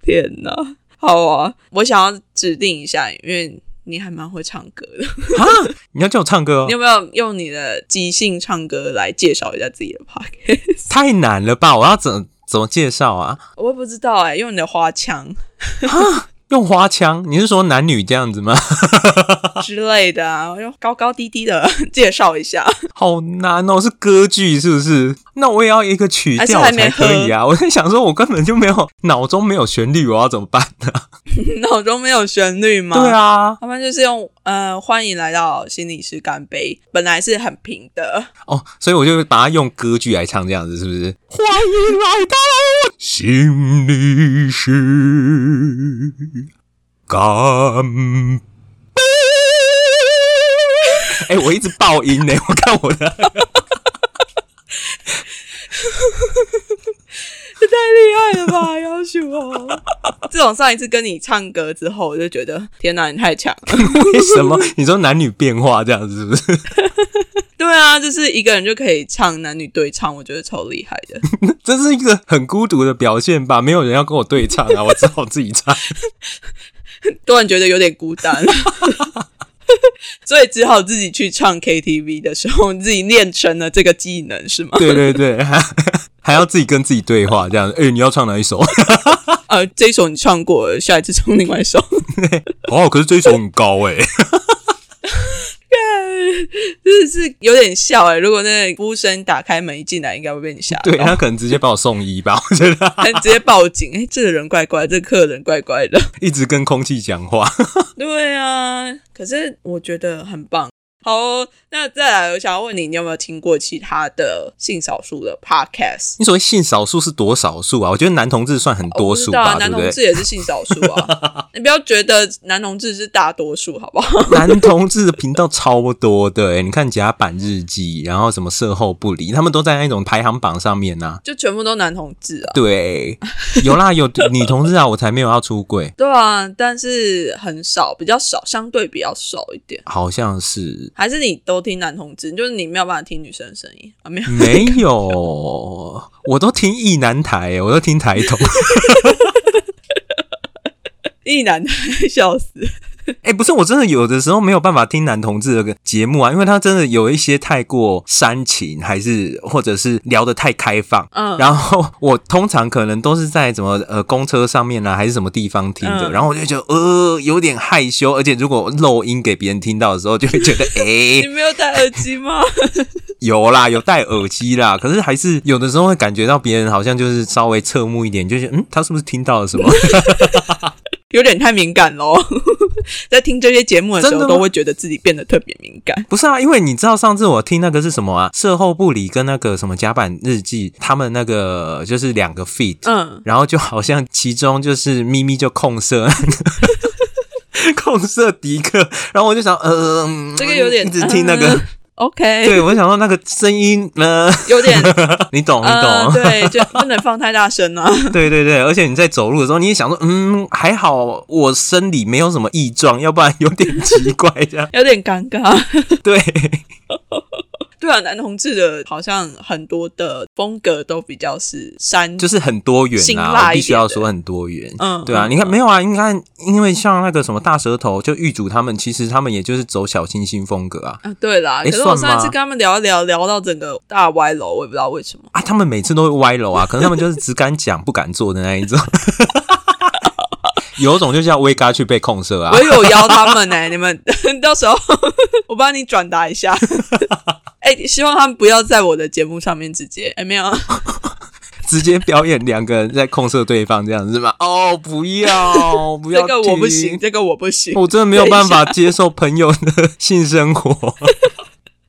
Speaker 2: 天哪！好啊，我想要指定一下，因为你还蛮会唱歌的， [laughs]
Speaker 1: 啊你要叫我唱歌、哦
Speaker 2: 你？有没有用你的即兴唱歌来介绍一下自己的 p o c a s t
Speaker 1: 太难了吧？我要怎怎么介绍啊？
Speaker 2: 我也不知道哎、用你的花腔
Speaker 1: 用花腔？你是说男女这样子吗？ [laughs]
Speaker 2: 之类的啊，用高高低低的 [laughs] 介绍一下。
Speaker 1: 好难哦，是歌剧是不是？那我也要一个曲调
Speaker 2: 还是还没
Speaker 1: 才可以啊！我在想说，我根本就没有脑中没有旋律，我要怎么
Speaker 2: [laughs]
Speaker 1: 办呢、
Speaker 2: 脑中没有旋律吗？
Speaker 1: 对。啊，
Speaker 2: 他们就是用呃，欢迎来到心理师干杯，本来是很平 [laughs] 的，
Speaker 1: 哦，所以我就把它用歌剧来唱，这样子是不是？欢迎来到心理师干杯。 [laughs] 哎、我一直爆音呢、我看我的。
Speaker 2: 这太厉害了吧， [laughs] 要求哦！ [laughs] 自从上一次跟你唱歌之后，我就觉得天哪，你太强 [laughs] 了。
Speaker 1: 为什么？ [laughs] 你说男女变化这样子是不是？ [laughs]
Speaker 2: 对啊，就是一个人就可以唱男女对唱，我觉得超厉害的。 [laughs]
Speaker 1: 这是一个很孤独的表现吧？没有人要跟我对唱 [laughs] 啊，我只好自己唱。
Speaker 2: 突然觉得有点孤单， [laughs] 所以只好自己去唱 KTV 的时候，自己练成了这个技能，是吗？
Speaker 1: 对对对， [laughs] 还还要自己跟自己对话这样。哎、你要唱哪一首？
Speaker 2: 呃，这一首你唱过了，下一次唱另外一首。
Speaker 1: [laughs] 哦，可是这一首很高哎、
Speaker 2: [laughs] 真的是有点笑哎、如果那个服务生打开门一进来，应该会被你吓
Speaker 1: [laughs]
Speaker 2: 到，[laughs]
Speaker 1: 对啊他可能直接把我送医吧， [laughs] 我觉得
Speaker 2: 还直接报警。哎、这个人怪怪，这个客人怪怪的。 [laughs]
Speaker 1: 一直跟空气讲话。
Speaker 2: 对啊，可是我觉得很棒。好哦，那再来，我想要问你，你有没有听过其他的性少数的 podcast？
Speaker 1: 你所谓性少数是多少数啊？我觉得男同志算很多
Speaker 2: 我不
Speaker 1: 数
Speaker 2: 知道
Speaker 1: 吧，
Speaker 2: 啊，
Speaker 1: 对
Speaker 2: 男
Speaker 1: 不
Speaker 2: 同
Speaker 1: 对
Speaker 2: 志？也是性少数
Speaker 1: [laughs]
Speaker 2: 啊，你不要觉得男同志是大多数，好不好？ [laughs]
Speaker 1: [laughs] 男同志的频道超多的、欸，你看《甲板日记》，然后什么《售后不理》，他们都在那种排行榜上面啊呐、
Speaker 2: 就全部都男同志啊。
Speaker 1: 对，有啦，有女同志啊，我才没有要出柜，
Speaker 2: 对啊，但是很少，比较少，相对比较少一点。
Speaker 1: 好像是
Speaker 2: 还是你都听男同志，就是你没有办法听女生的声音啊？没有， [laughs]
Speaker 1: 没有，我都听意男台、欸，我都听台同。
Speaker 2: 一男的笑死。
Speaker 1: [laughs] [laughs] 哎、不是，我真的有的时候没有办法听男同志的节目啊，因为他真的有一些太过煽情，还是或者是聊得太开放。
Speaker 2: 嗯，
Speaker 1: 然后我通常可能都是在什么呃公车上面啊，还是什么地方听的，
Speaker 2: 嗯
Speaker 1: 然后我就觉得呃有点害羞，而且如果漏音给别人听到的时候，就会觉得 [laughs] 诶
Speaker 2: 你没有戴耳机吗？ [laughs]
Speaker 1: 有啦，有戴耳机啦，可是还是有的时候会感觉到别人好像就是稍微侧目一点，就是嗯他是不是听到了
Speaker 2: [laughs]
Speaker 1: 什么？
Speaker 2: 有点太敏感喽。 [laughs] 在听这些节目的时
Speaker 1: 真的
Speaker 2: 候，
Speaker 1: 吗
Speaker 2: 都会觉得自己变得特别敏感。
Speaker 1: 不是啊，因为你知道上次我听那个是什么啊？售后部里跟那个什么甲板日记，他们那个就是两个 feed，、
Speaker 2: 嗯，
Speaker 1: 然后就好像其中就是咪咪就控色。 [laughs] 控色迪克，然后我就想，呃，嗯
Speaker 2: 这个有点
Speaker 1: 一直听那个，
Speaker 2: 嗯 OK，
Speaker 1: 对我想到那个声音，呃，[laughs]
Speaker 2: 有点
Speaker 1: 你懂，你
Speaker 2: 呃，
Speaker 1: 懂，
Speaker 2: 对，就不能放太大声啊。 [laughs]。
Speaker 1: [laughs] 对对对，而且你在走路的时候，你也想说，嗯，还好我生理没有什么异状，要不然有点奇怪这样 [laughs]
Speaker 2: 有点尴尬。
Speaker 1: 对，
Speaker 2: 对啊，男同志的好像很多的风格都比较是山，
Speaker 1: 就是很多元
Speaker 2: 辛
Speaker 1: 啊，
Speaker 2: 辣
Speaker 1: 我必须
Speaker 2: 一点
Speaker 1: 要
Speaker 2: 的
Speaker 1: 说很多元。
Speaker 2: 嗯
Speaker 1: 对啊，
Speaker 2: 嗯
Speaker 1: 你看没有啊？你看，因为像那个什么大舌头，就狱主他们，其实他们也就是走小清新风格啊
Speaker 2: 啊，对啦。
Speaker 1: 诶
Speaker 2: 可是我
Speaker 1: 算
Speaker 2: 上一次
Speaker 1: 吗
Speaker 2: 跟他们聊一聊，聊到整个大歪楼，我也不知道为什么。
Speaker 1: 啊，他们每次都会歪楼啊，可能他们就是只敢讲不敢做的那一种。 [laughs] 有种就叫威嘎去被控射啊
Speaker 2: 我！有邀他们呢、你们 [laughs] 到时候我帮你转达一下。 [laughs] 哎、希望他们不要在我的节目上面直接哎、没有，
Speaker 1: 直接表演两个人在控射对方这样子吗？哦，不要，不
Speaker 2: [laughs] 这
Speaker 1: 要，
Speaker 2: 个我不行，。这个我不行，
Speaker 1: [laughs] 我真的没有办法接受朋友的性生活，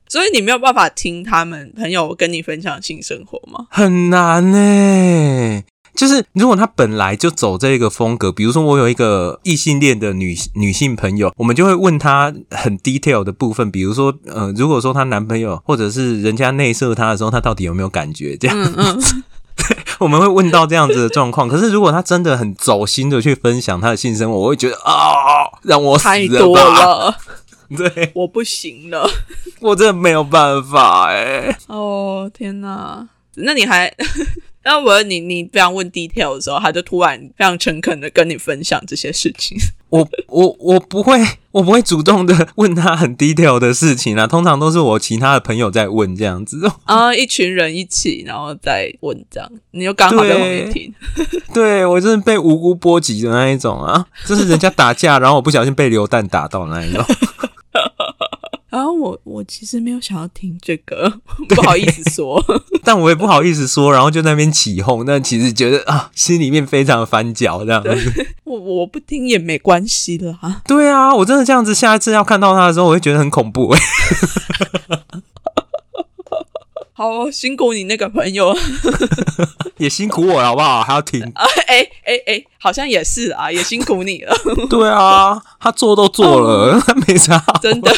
Speaker 2: 所以你没有办法听他们朋友跟你分享性生活吗？
Speaker 1: [laughs] 很难呢、就是如果他本来就走这个风格，比如说我有一个异性恋的女女性朋友，我们就会问她很 detail 的部分，比如说呃，如果说她男朋友或者是人家内射她的时候，她到底有没有感觉？这样、
Speaker 2: 嗯嗯，
Speaker 1: 我们会问到这样子的状况。可是如果她真的很走心的去分享她的性生活，我会觉得啊、让我死
Speaker 2: 太
Speaker 1: 了
Speaker 2: 多
Speaker 1: 吧！
Speaker 2: 了，
Speaker 1: [laughs] 对
Speaker 2: 我不行了。
Speaker 1: 我真的没有办法哎、
Speaker 2: 哦，天哪！那你还，那我问你你非常问 detail 的时候，他就突然非常诚恳的跟你分享这些事 [laughs] 情。
Speaker 1: 我我我不会，我不会主动的 [laughs] 问他很 detail 的事情啊，通常都是我其他的朋友在问这样子。哦
Speaker 2: 啊、一群人一起，然后再问这样，你就刚好在旁边
Speaker 1: 对
Speaker 2: 听。
Speaker 1: [laughs] 对我真的被无辜波及的那一种啊，就是人家打架，然后我不小心被榴弹打到的那一种。 [laughs]
Speaker 2: 然后我我其实没有想要听这个， [laughs] 不好意思说。
Speaker 1: 但我也不好意思说，然后就在那边起哄，但其实觉得啊，心里面非常翻搅这样。
Speaker 2: 我我不听也没关系啦。
Speaker 1: [laughs] 对啊，我真的这样子，下一次要看到他的时候，我会觉得很恐怖、欸。 [laughs]
Speaker 2: 好哦、辛苦你那个朋友。 [laughs]
Speaker 1: 也辛苦我了，好不好？还要听。
Speaker 2: 哎哎哎，好像也是啊，也辛苦你了，
Speaker 1: 对啊，他做都做了， [laughs] 没啥。
Speaker 2: 真的。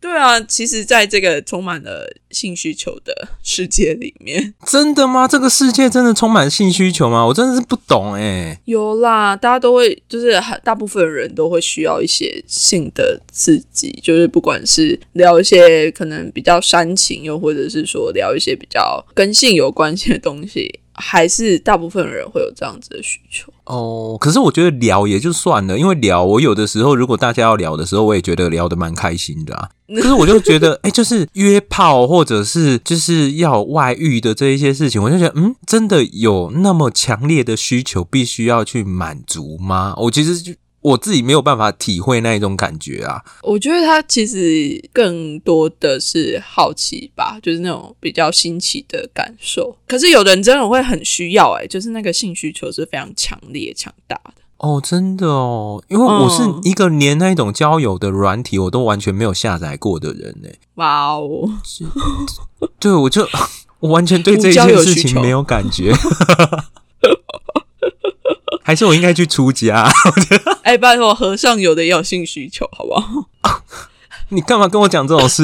Speaker 2: 对啊，其实在这个充满了性需求的世界里面，
Speaker 1: 真的吗？这个世界真的充满性需求吗？我真的是不懂哎、
Speaker 2: 有啦，大家都会，就是很大部分人都会需要一些性的刺激，就是不管是聊一些可能比较煽情，又或者是说聊一些比较跟性有关系的东西，还是大部分人会有这样子的需求。
Speaker 1: 哦，可是我觉得聊也就算了，因为聊我有的时候，如果大家要聊的时候，我也觉得聊得蛮开心的啊。可是我就觉得，哎、就是约炮或者是就是要外遇的这一些事情，我就觉得，嗯，真的有那么强烈的需求必须要去满足吗？我其实就我自己没有办法体会那一种感觉啊。
Speaker 2: 我觉得它其实更多的是好奇吧，就是那种比较新奇的感受。可是有的人真的会很需要、欸，哎，就是那个性需求是非常强烈、强大的。
Speaker 1: 哦，真的哦，因为我是
Speaker 2: 嗯
Speaker 1: 一个连那一种交友的软体我都完全没有下载过的人呢。欸
Speaker 2: 哇哦，
Speaker 1: 对，我就我完全对这一
Speaker 2: 无交
Speaker 1: 件
Speaker 2: 友
Speaker 1: 事
Speaker 2: 需
Speaker 1: 情
Speaker 2: 求
Speaker 1: 没有感觉。 [laughs] 还是我应该去出家？ [laughs]
Speaker 2: 哎，拜托，和尚有的也有性需求，好不好？
Speaker 1: 你干嘛跟我讲这种事？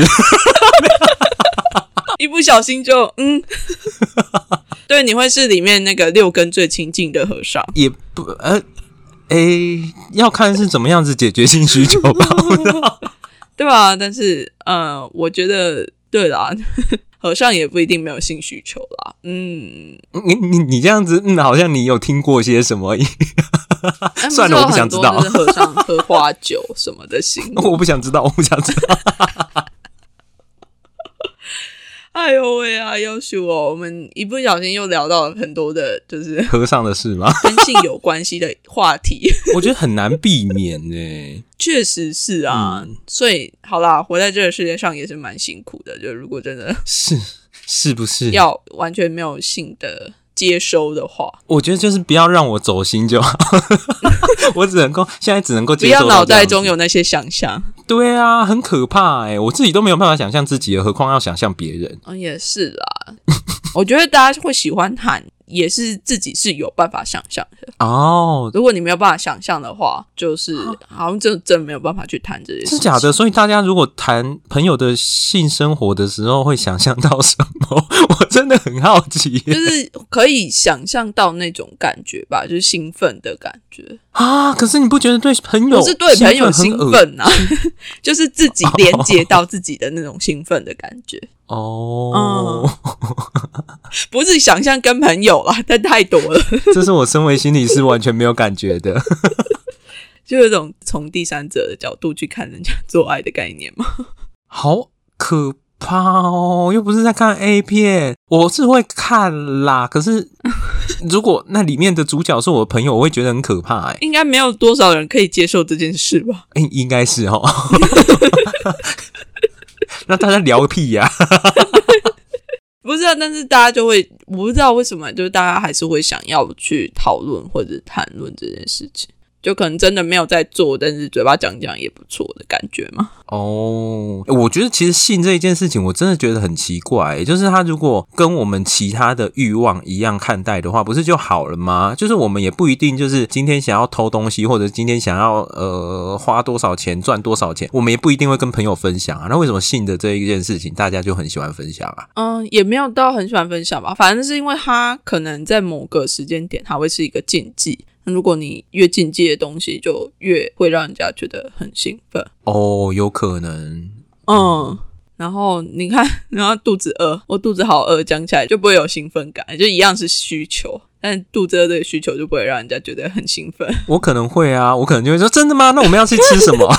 Speaker 1: [laughs]
Speaker 2: 一不小心就嗯， [laughs] 对，你会是里面那个六根最亲近的和尚。
Speaker 1: 也不呃，诶、要看是怎么样子解决性需求吧。 [laughs] 我知道
Speaker 2: 对啊，但是呃，我觉得对啦，和尚也不一定没有性需求啦。嗯，
Speaker 1: 你你你这样子，嗯，好像你有听过些什么？ [laughs]
Speaker 2: 哎
Speaker 1: 算了我不想知道
Speaker 2: 是有很多就是和尚喝花酒什么的行为。
Speaker 1: 我不想知道，我不想知道。
Speaker 2: 哎呦喂啊，要求哦，我们一不小心又聊到很多的，就是 [laughs]
Speaker 1: 和尚的事吗？ [laughs]
Speaker 2: 跟性有关系的话题。
Speaker 1: 我觉得很难避免诶、
Speaker 2: 确实是啊，
Speaker 1: 嗯
Speaker 2: 所以好啦，活在这个世界上也是蛮辛苦的。就如果真的
Speaker 1: 是是不是？
Speaker 2: 要完全没有性的接收的话，
Speaker 1: 我觉得就是不要让我走心就好。 [laughs] 我只能够现在只能够
Speaker 2: 不
Speaker 1: 接受
Speaker 2: 要
Speaker 1: 到
Speaker 2: 脑
Speaker 1: 这
Speaker 2: 袋
Speaker 1: 样
Speaker 2: 中
Speaker 1: 子
Speaker 2: 有那些想象。
Speaker 1: 对啊，很可怕诶、我自己都没有办法想象自己了，何况要想象别人。
Speaker 2: 嗯，也是啦。 [laughs] 我觉得大家会喜欢喊，也是自己是有办法想象的。
Speaker 1: 哦，
Speaker 2: 如果你没有办法想象的话，就是好像真真没有办法去谈这些事
Speaker 1: 是
Speaker 2: 情。
Speaker 1: 啊假的，所以大家如果谈朋友的性生活的时候，会想象到什么？ [laughs] 我真的很好奇
Speaker 2: 就
Speaker 1: 耶
Speaker 2: 是可以想象到那种感觉吧，就是兴奋的感觉，
Speaker 1: 啊！可是你不觉得对朋友
Speaker 2: 不是对朋友兴
Speaker 1: 兴很恶
Speaker 2: 奋啊， [laughs] 就是自己连接到自己的那种兴奋的感觉，嗯
Speaker 1: 哦？
Speaker 2: 不是想象跟朋友啦，但太多了，
Speaker 1: [laughs] 这是我身为心理师完全没有感觉的。 [laughs]
Speaker 2: 就有一种从第三者的角度去看人家做爱的概念嘛。 [laughs]
Speaker 1: 好可怕哦！又不是在看 A 片，我是会看啦。可是如果那里面的主角是我的朋友，我会觉得很可怕哎、
Speaker 2: 应该没有多少人可以接受这件事吧？
Speaker 1: 欸应该是哦。 [laughs] 那大家聊个屁呀、
Speaker 2: 不是啊，但是大家就会，我不知道为什么，就是大家还是会想要去讨论或者谈论这件事情，就可能真的没有在做，但是嘴巴讲讲也不错的感觉嘛。
Speaker 1: 哦，我觉得其实性这一件事情，我真的觉得很奇怪、就是他如果跟我们其他的欲望一样看待的话，不是就好了吗？就是我们也不一定就是今天想要偷东西，或者今天想要呃花多少钱赚多少钱，我们也不一定会跟朋友分享啊。那为什么性的这一件事情，大家就很喜欢分享啊？
Speaker 2: 嗯，也没有到很喜欢分享吧，反正是因为它可能在某个时间点，它会是一个禁忌。那如果你越禁忌的东西，就越会让人家觉得很兴奋。
Speaker 1: 哦，有可能。
Speaker 2: 嗯，然后你看，然后肚子饿，我肚子好饿，讲起来就不会有兴奋感，就一样是需求，但肚子饿的需求就不会让人家觉得很兴奋，
Speaker 1: 我可能会啊，我可能就会说真的吗？那我们要去吃什么？
Speaker 2: [laughs]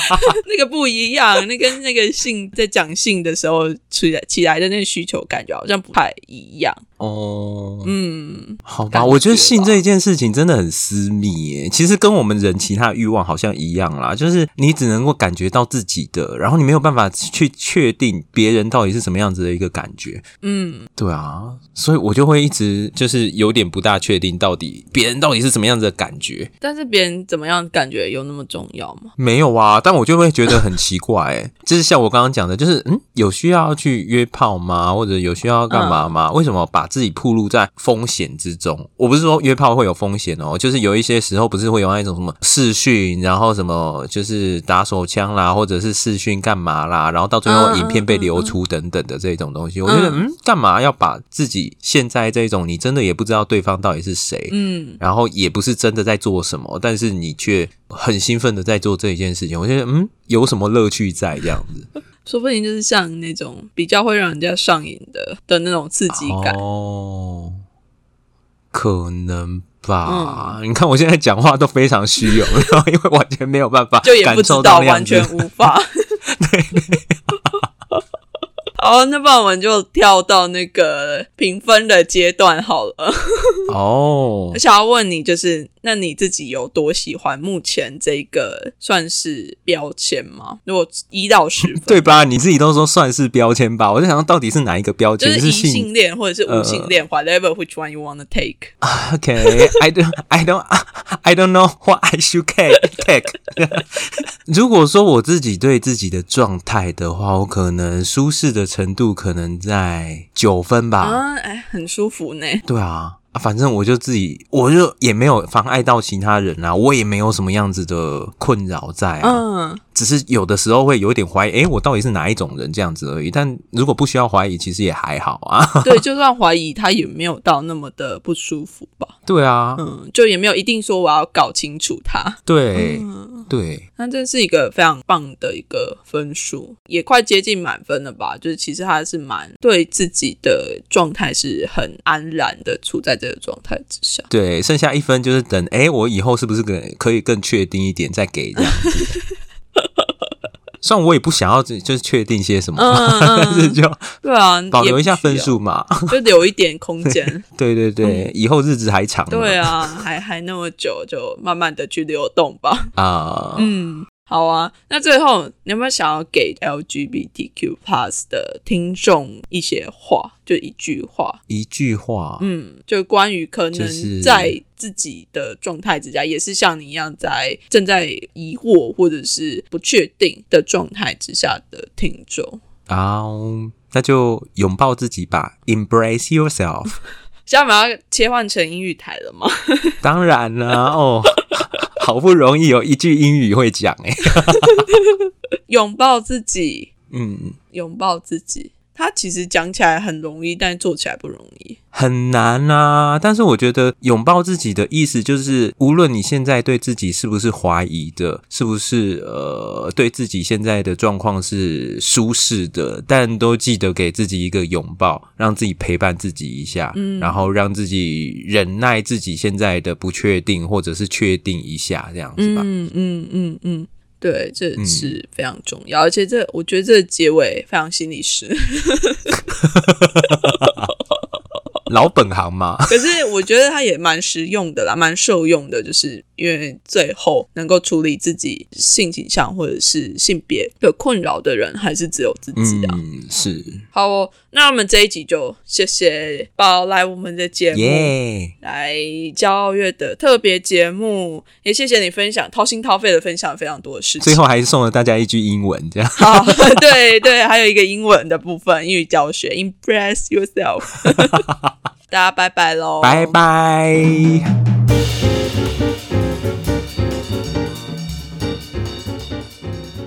Speaker 1: [laughs]
Speaker 2: 那个不一样，那跟那个性在讲性的时候起来起来的那个需求感觉好像不太一样，
Speaker 1: 哦，
Speaker 2: 嗯，
Speaker 1: 好吧，
Speaker 2: 感
Speaker 1: 我觉得
Speaker 2: 觉
Speaker 1: 性
Speaker 2: 吧
Speaker 1: 这一件事情真的很私密耶，其实跟我们人其他欲望好像一样啦，就是你只能够感觉到自己的，然后你没有办法去确定别人到底是什么样子的一个感觉。嗯，对啊，所以我就会一直就是有点不大确定到底别人到底是什么样子的感觉。
Speaker 2: 但是别人怎么样感觉有那么重要吗？
Speaker 1: 没有啊，但我就会觉得很奇怪，哎， [laughs] 就是像我刚刚讲的，就是嗯，有需要去约炮吗？或者有需要干
Speaker 2: 嗯
Speaker 1: 嘛吗？为什么把自己暴露在风险之中？我不是说约炮会有风险哦，就是有一些时候不是会有那种什么视讯，然后什么就是打手枪啦，或者是视讯干嘛啦，然后到最后
Speaker 2: 嗯
Speaker 1: 影片被流出等等的这种东西，我觉得嗯，干嘛要把自己现在这种你真的也不知道对方到底是谁，
Speaker 2: 嗯，
Speaker 1: 然后也不是真的在做什么，但是你却很兴奋的在做这一件事情，我觉得嗯，有什么乐趣在这样子？
Speaker 2: 说不定就是像那种比较会让人家上瘾的的那种刺激感，
Speaker 1: 哦，可能吧。
Speaker 2: 嗯
Speaker 1: 你看我现在讲话都非常虚有， [laughs] 然后因为完全没有办法
Speaker 2: [laughs] 就也不
Speaker 1: 感
Speaker 2: 知
Speaker 1: 受
Speaker 2: 道，
Speaker 1: 到那样
Speaker 2: 完
Speaker 1: 子
Speaker 2: 全。无法。
Speaker 1: [laughs]
Speaker 2: [laughs] 好，那不然我们就跳到那个评分的阶段好了。
Speaker 1: 哦
Speaker 2: [laughs] 我，想要问你，就是那你自己有多喜欢目前这个算是标签吗？如果一到十分，
Speaker 1: [laughs] 对吧？你自己都说算是标签吧，我就想到底是哪一个标
Speaker 2: 就
Speaker 1: 签？
Speaker 2: 异性
Speaker 1: 性
Speaker 2: 恋或者是无性
Speaker 1: 呃
Speaker 2: 恋、w h a t e v e r which one you wanna take。
Speaker 1: ？OK，I don't，I don't，I I don't know what I should take take [laughs] 如果说我自己对自己的状态的话，我可能舒适的程度可能在九分吧。
Speaker 2: 啊，哎，很舒服呢。
Speaker 1: 对啊。啊，反正我就自己，我就也没有妨碍到其他人啊，我也没有什么样子的困扰在啊，
Speaker 2: 嗯，
Speaker 1: 只是有的时候会有点怀疑，诶、我到底是哪一种人这样子而已。但如果不需要怀疑，其实也还好啊。 [laughs]
Speaker 2: 嗯对，就算怀疑他也没有到那么的不舒服吧。
Speaker 1: 对啊，
Speaker 2: 嗯，就也没有一定说我要搞清楚他。
Speaker 1: 对、
Speaker 2: 嗯
Speaker 1: 对，
Speaker 2: 那这是一个非常棒的一个分数，也快接近满分了吧？就是其实他是蛮对自己的状态是很安然的，处在这个状态之下。
Speaker 1: 对，剩下一分就是等，哎、我以后是不是更可以更确定一点再给这样子？虽然我也不想要就是确定些什么，
Speaker 2: 嗯嗯嗯
Speaker 1: [laughs] 但是就
Speaker 2: 对啊，
Speaker 1: 保
Speaker 2: 也
Speaker 1: 留
Speaker 2: 不
Speaker 1: 一下
Speaker 2: 需要
Speaker 1: 分，数嘛。
Speaker 2: [laughs] 就留一点空
Speaker 1: [laughs]
Speaker 2: 间。
Speaker 1: 对对对，以后日子还长。
Speaker 2: 对
Speaker 1: 啊，
Speaker 2: 啊，还还那么久，就慢慢的去流动吧。
Speaker 1: 啊、
Speaker 2: 嗯，好啊。那最后，你有没有想要给 LGBTQ Plus 的听众一些话，就一句话？
Speaker 1: 一句话，
Speaker 2: 嗯，就关于可
Speaker 1: 就
Speaker 2: 能
Speaker 1: 是
Speaker 2: 在自己的状态之下，也是像你一样在正在疑惑或者是不确定的状态之下的听众，
Speaker 1: 啊、那就拥抱自己吧，embrace yourself。 [laughs]
Speaker 2: 现在我们要切换成英语台了吗？
Speaker 1: 当然啦、哦， [laughs] 好不容易有一句英语会讲哎、
Speaker 2: [laughs] 拥抱自己，
Speaker 1: 嗯，
Speaker 2: 拥抱自己。它其实讲起来很容易，但做起来不容易。
Speaker 1: 很难啊。但是我觉得拥抱自己的意思就是，无论你现在对自己是不是怀疑的，是不是呃对自己现在的状况是舒适的，但都记得给自己一个拥抱，让自己陪伴自己一下，嗯，然后让自己忍耐自己现在的不确定，或者是确定一下这样子吧。
Speaker 2: 嗯嗯嗯嗯，对，这是非常重要，而且这我觉得这结尾非常心理师。
Speaker 1: 老本行嘛，
Speaker 2: [laughs] 可是我觉得它也蛮实用的啦，蛮受用的，就是因为最后能够处理自己性倾向或者是性别的困扰的人，还是只有自己啊。
Speaker 1: 嗯，是，
Speaker 2: 好哦，那我们这一集就谢谢宝来我们的节目。
Speaker 1: 耶、
Speaker 2: 来交月的特别节目，也谢谢你分享掏心掏肺的分享非常多的事情。
Speaker 1: 最后还是送了大家一句英文，这样
Speaker 2: 好， [laughs] 对对，还有一个英文的部分，英语教学，impress
Speaker 1: [laughs]
Speaker 2: yourself。大家拜拜喽，
Speaker 1: 拜拜。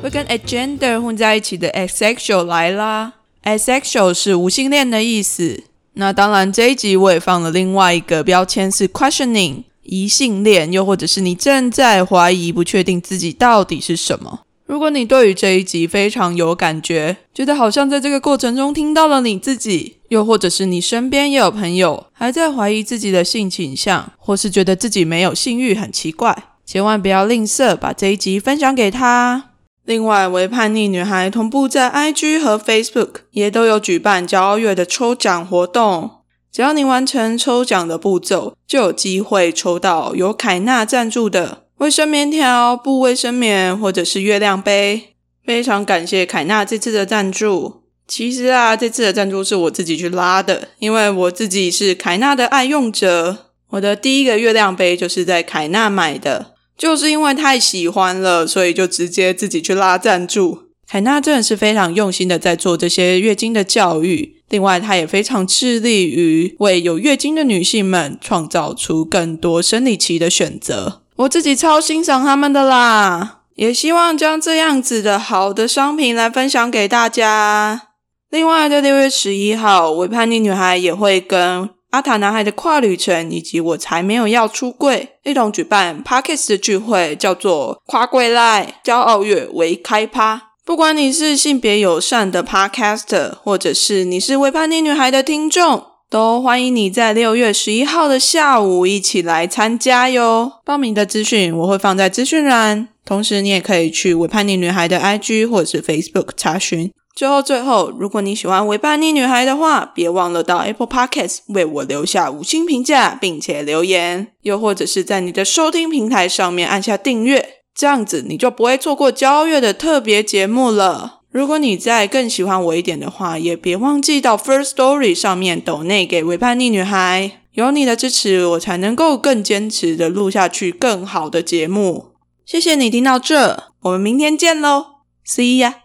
Speaker 2: 会跟 agender 混在一起的 asexual 来啦。asexual 是无性恋的意思。那当然，这一集我也放了另外一个标签是 questioning 疑性恋，又或者是你正在怀疑、不确定自己到底是什么。如果你对于这一集非常有感觉，觉得好像在这个过程中听到了你自己，又或者是你身边也有朋友还在怀疑自己的性倾向，或是觉得自己没有性欲很奇怪，千万不要吝啬把这一集分享给他。另外，为叛逆女孩同步在 IG 和 Facebook 也都有举办骄傲月的抽奖活动。只要你完成抽奖的步骤，就有机会抽到由凯纳赞助的卫生棉条、布卫生棉或者是月亮杯。非常感谢凯纳这次的赞助。其实啊，这次的赞助是我自己去拉的，因为我自己是凯纳的爱用者。我的第一个月亮杯就是在凯纳买的，就是因为太喜欢了，所以就直接自己去拉赞助。凯纳真的是非常用心的在做这些月经的教育，另外她也非常致力于为有月经的女性们创造出更多生理期的选择。我自己超欣赏他们的啦，也希望将这样子的好的商品来分享给大家。另外，在六月十一号，伪叛逆女孩也会跟阿塔男孩的跨旅程，以及我才没有要出柜一同举办 Parkes 的聚会，叫做跨柜赖骄傲月为开趴。不管你是性别友善的 Podcaster，或者是你是伪叛逆女孩的听众，都欢迎你在六月十一号的下午一起来参加哟。报名的资讯我会放在资讯栏，同时你也可以去伪叛逆女孩的 IG 或者是 Facebook 查询。最后，最后，如果你喜欢《维叛逆女孩》的话，别忘了到 Apple Podcast 为我留下五星评价，并且留言，又或者是在你的收听平台上面按下订阅，这样子你就不会错过交月的特别节目了。如果你再更喜欢我一点的话，也别忘记到 First Story 上面抖内给《维叛逆女孩》，有你的支持，我才能够更坚持的录下去更好的节目。谢谢你听到这，我们明天见喽，See ya。